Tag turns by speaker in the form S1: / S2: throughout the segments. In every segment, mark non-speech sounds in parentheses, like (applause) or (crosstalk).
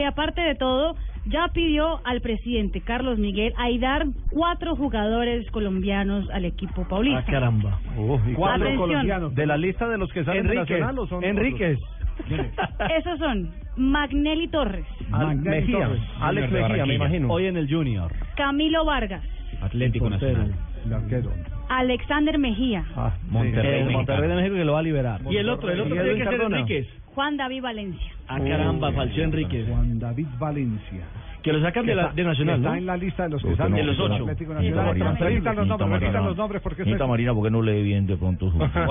S1: Y aparte de todo, ya pidió al presidente Carlos Miguel aidar cuatro jugadores colombianos al equipo paulista.
S2: Ah, caramba.
S1: cuatro Atención. colombianos.
S2: colombianos. ¿De la lista de los que salen de
S3: Enríquez,
S2: Nacional o son
S3: Enríquez,
S1: Esos son Magnelli Torres,
S2: Mejía. Alex Mejía, me imagino.
S3: Hoy en el Junior.
S1: Camilo Vargas,
S3: Atlético Nacional.
S1: Alexander Mejía,
S2: Ah,
S3: Monterrey,
S2: sí.
S3: Monterrey de México que lo va a liberar.
S2: Y el otro, el otro tiene que ser Enríquez.
S1: Juan
S2: (laughs)
S1: David Valencia.
S3: Ah, caramba, falció Enríquez.
S4: Juan David Valencia.
S3: Que lo sacan de, la- de Nacional,
S4: Está
S3: ¿no?
S4: en la lista de los
S5: Usted
S4: que salen
S5: no,
S3: de los
S5: usted
S3: ocho.
S5: no.
S4: Atlético
S5: Nita
S4: Nacional.
S5: Marina,
S4: Revisan los
S5: Nita
S4: nombres,
S5: Marina.
S4: revisan los nombres, porque eso
S5: Nita
S4: es-
S5: Marina, ¿por qué no lee bien
S3: (laughs)
S5: de pronto? su-
S3: Guardo,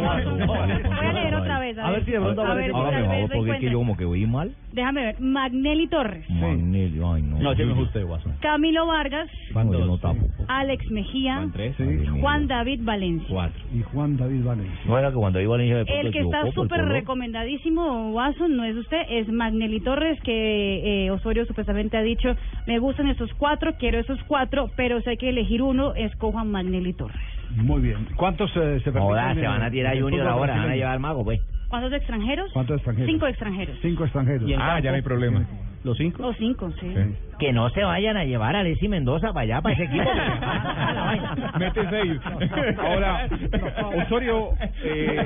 S3: guardo.
S1: Voy a leer otra vez.
S3: A ver si de pronto
S1: a ver,
S3: aparece
S1: si
S3: por
S5: Hágame
S1: tal vez
S5: el favor,
S1: lo
S5: porque es que yo
S1: encuentran.
S5: como que oí mal.
S1: Déjame ver. Magnelli Torres,
S5: Magnelio, ay no.
S3: No, yo no
S5: Uy,
S3: usted, Guasón.
S1: Camilo Vargas,
S5: no, yo no
S3: dos.
S5: tapo.
S1: Alex Mejía,
S3: tres.
S1: Juan David Valencia.
S3: Cuatro.
S4: Y Juan David Valencia.
S5: No era que cuando iba a Valencia de pronto
S1: El que está
S5: equivocó por
S1: súper
S5: color.
S1: recomendadísimo, Watson, no es usted, es Magnelli Torres, que eh, Osorio supuestamente ha dicho, me gustan esos cuatro, quiero esos cuatro, pero si hay que elegir uno, escojo a Magnelli Torres.
S4: Muy bien. ¿Cuántos eh, se
S5: Ahora
S4: permiten
S5: se
S4: en-
S5: van a tirar
S4: en el
S5: Junior
S4: fútbol
S5: ahora, van a
S4: brasileño?
S5: llevar al mago, pues.
S1: ¿Cuántos extranjeros?
S4: ¿Cuántos extranjeros?
S1: Cinco extranjeros.
S4: Cinco extranjeros.
S3: Ah, ya no hay problema. ¿Los cinco?
S1: O cinco, sí.
S5: Que no se vayan a llevar a Alessi Mendoza para allá, para ese equipo.
S2: (laughs)
S1: (laughs)
S3: Mete seis.
S2: Ahora, Osorio, eh,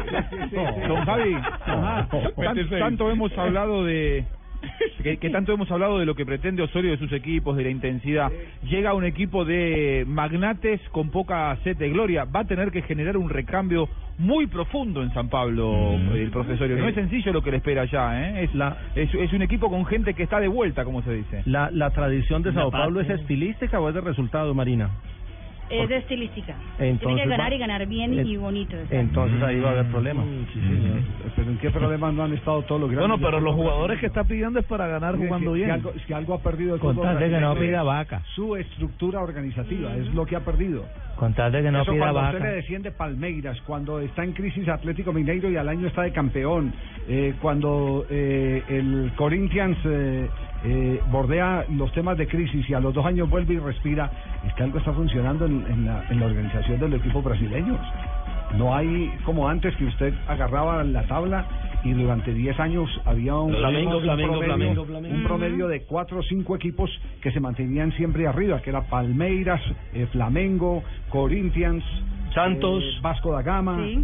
S2: don Javi, ajá, tan- tanto hemos hablado de... Que, que tanto hemos hablado de lo que pretende Osorio de sus equipos, de la intensidad. Llega un equipo de magnates con poca sed de gloria. Va a tener que generar un recambio muy profundo en San Pablo,
S4: Mm.
S2: el profesor. No es sencillo lo que le espera ya. ¿eh? Es, es, es un equipo con gente que está de vuelta, como se dice.
S3: La, la tradición de Sao Paulo es estilística o es de resultado, Marina.
S1: Es de estilística. Tiene
S3: Entonces
S1: que ganar
S3: va-
S1: y ganar bien
S3: en-
S1: y bonito. exacto.
S3: Entonces ahí va a haber problemas.
S5: Mm,
S4: Sí, señor. Pero en qué problema no han estado todos los grandes.
S3: Bueno, pero los jugadores que está pidiendo es para ganar
S4: Mire,
S3: jugando
S4: si, si
S3: bien.
S4: algo, si algo ha perdido el
S5: Con
S4: fútbol
S5: tal de que no
S4: brasileño
S5: pida
S4: es
S5: vaca.
S4: Su estructura organizativa es lo que ha perdido.
S5: Con tal de que no
S4: Eso
S5: pida
S4: cuando usted le
S5: vaca.
S4: defiende Palmeiras, cuando está en crisis Atlético Mineiro y al año está de campeón, eh, cuando eh, el Corinthians eh, eh, bordea los temas de crisis y a los dos años vuelve y respira, es que algo está funcionando en, en la, en la organización de los equipos brasileños. No hay como antes que usted agarraba la tabla y durante 10 años había un,
S3: Flamengo,
S4: un
S3: Flamengo,
S4: promedio,
S3: Flamengo, Flamengo.
S4: un promedio de cuatro o cinco equipos que se mantenían siempre arriba, que era Palmeiras, eh, Flamengo, Corinthians,
S3: Santos.
S4: eh, Vasco da Gama.
S1: Sí.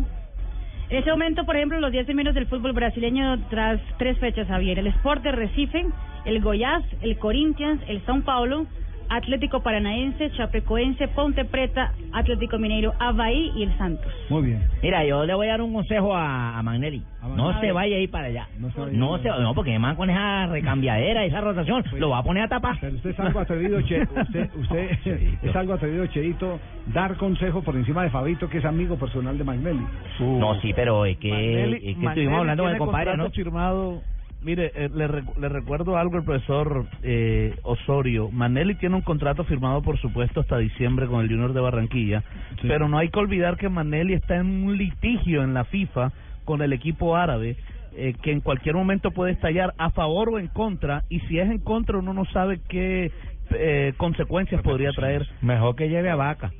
S1: En ese momento, por ejemplo, los 10 primeros del fútbol brasileño tras tres fechas, Javier. El Sport de Recife, el Goiás, el Corinthians, el São Paulo, Atlético Paranaense, Chapecoense, Ponte Preta, Atlético Mineiro, Avaí y el Santos.
S4: Muy bien.
S5: Mira, yo le voy a dar un consejo a, a Magnelli.
S4: A Magnelli.
S5: No se vaya a ir para allá.
S4: No se vaya a ir
S5: No
S4: para
S5: se
S4: allá.
S5: no, porque además con esa recambiadera, esa rotación, lo va a poner a tapar.
S4: Pero usted es algo atrevido,
S5: (laughs)
S4: Che. Usted, usted
S5: Cheito.
S4: es algo atrevido, Cheito, dar consejo por encima de Fabito, que es amigo personal de Magnelli.
S5: No, sí, pero es que, Eh, es que estuvimos hablando con el compadre, ¿no?
S3: firmado. Mire, eh, le, recu- le recuerdo algo al profesor eh, Osorio. Manelli tiene un contrato firmado, por supuesto, hasta diciembre con el Junior de Barranquilla. Pero no hay que olvidar que Manelli está en un litigio en la FIFA con el equipo árabe eh, que en cualquier momento puede estallar a favor o en contra. Y si es en contra, uno no sabe qué eh, consecuencias podría traer.
S5: Mejor que lleve a vaca.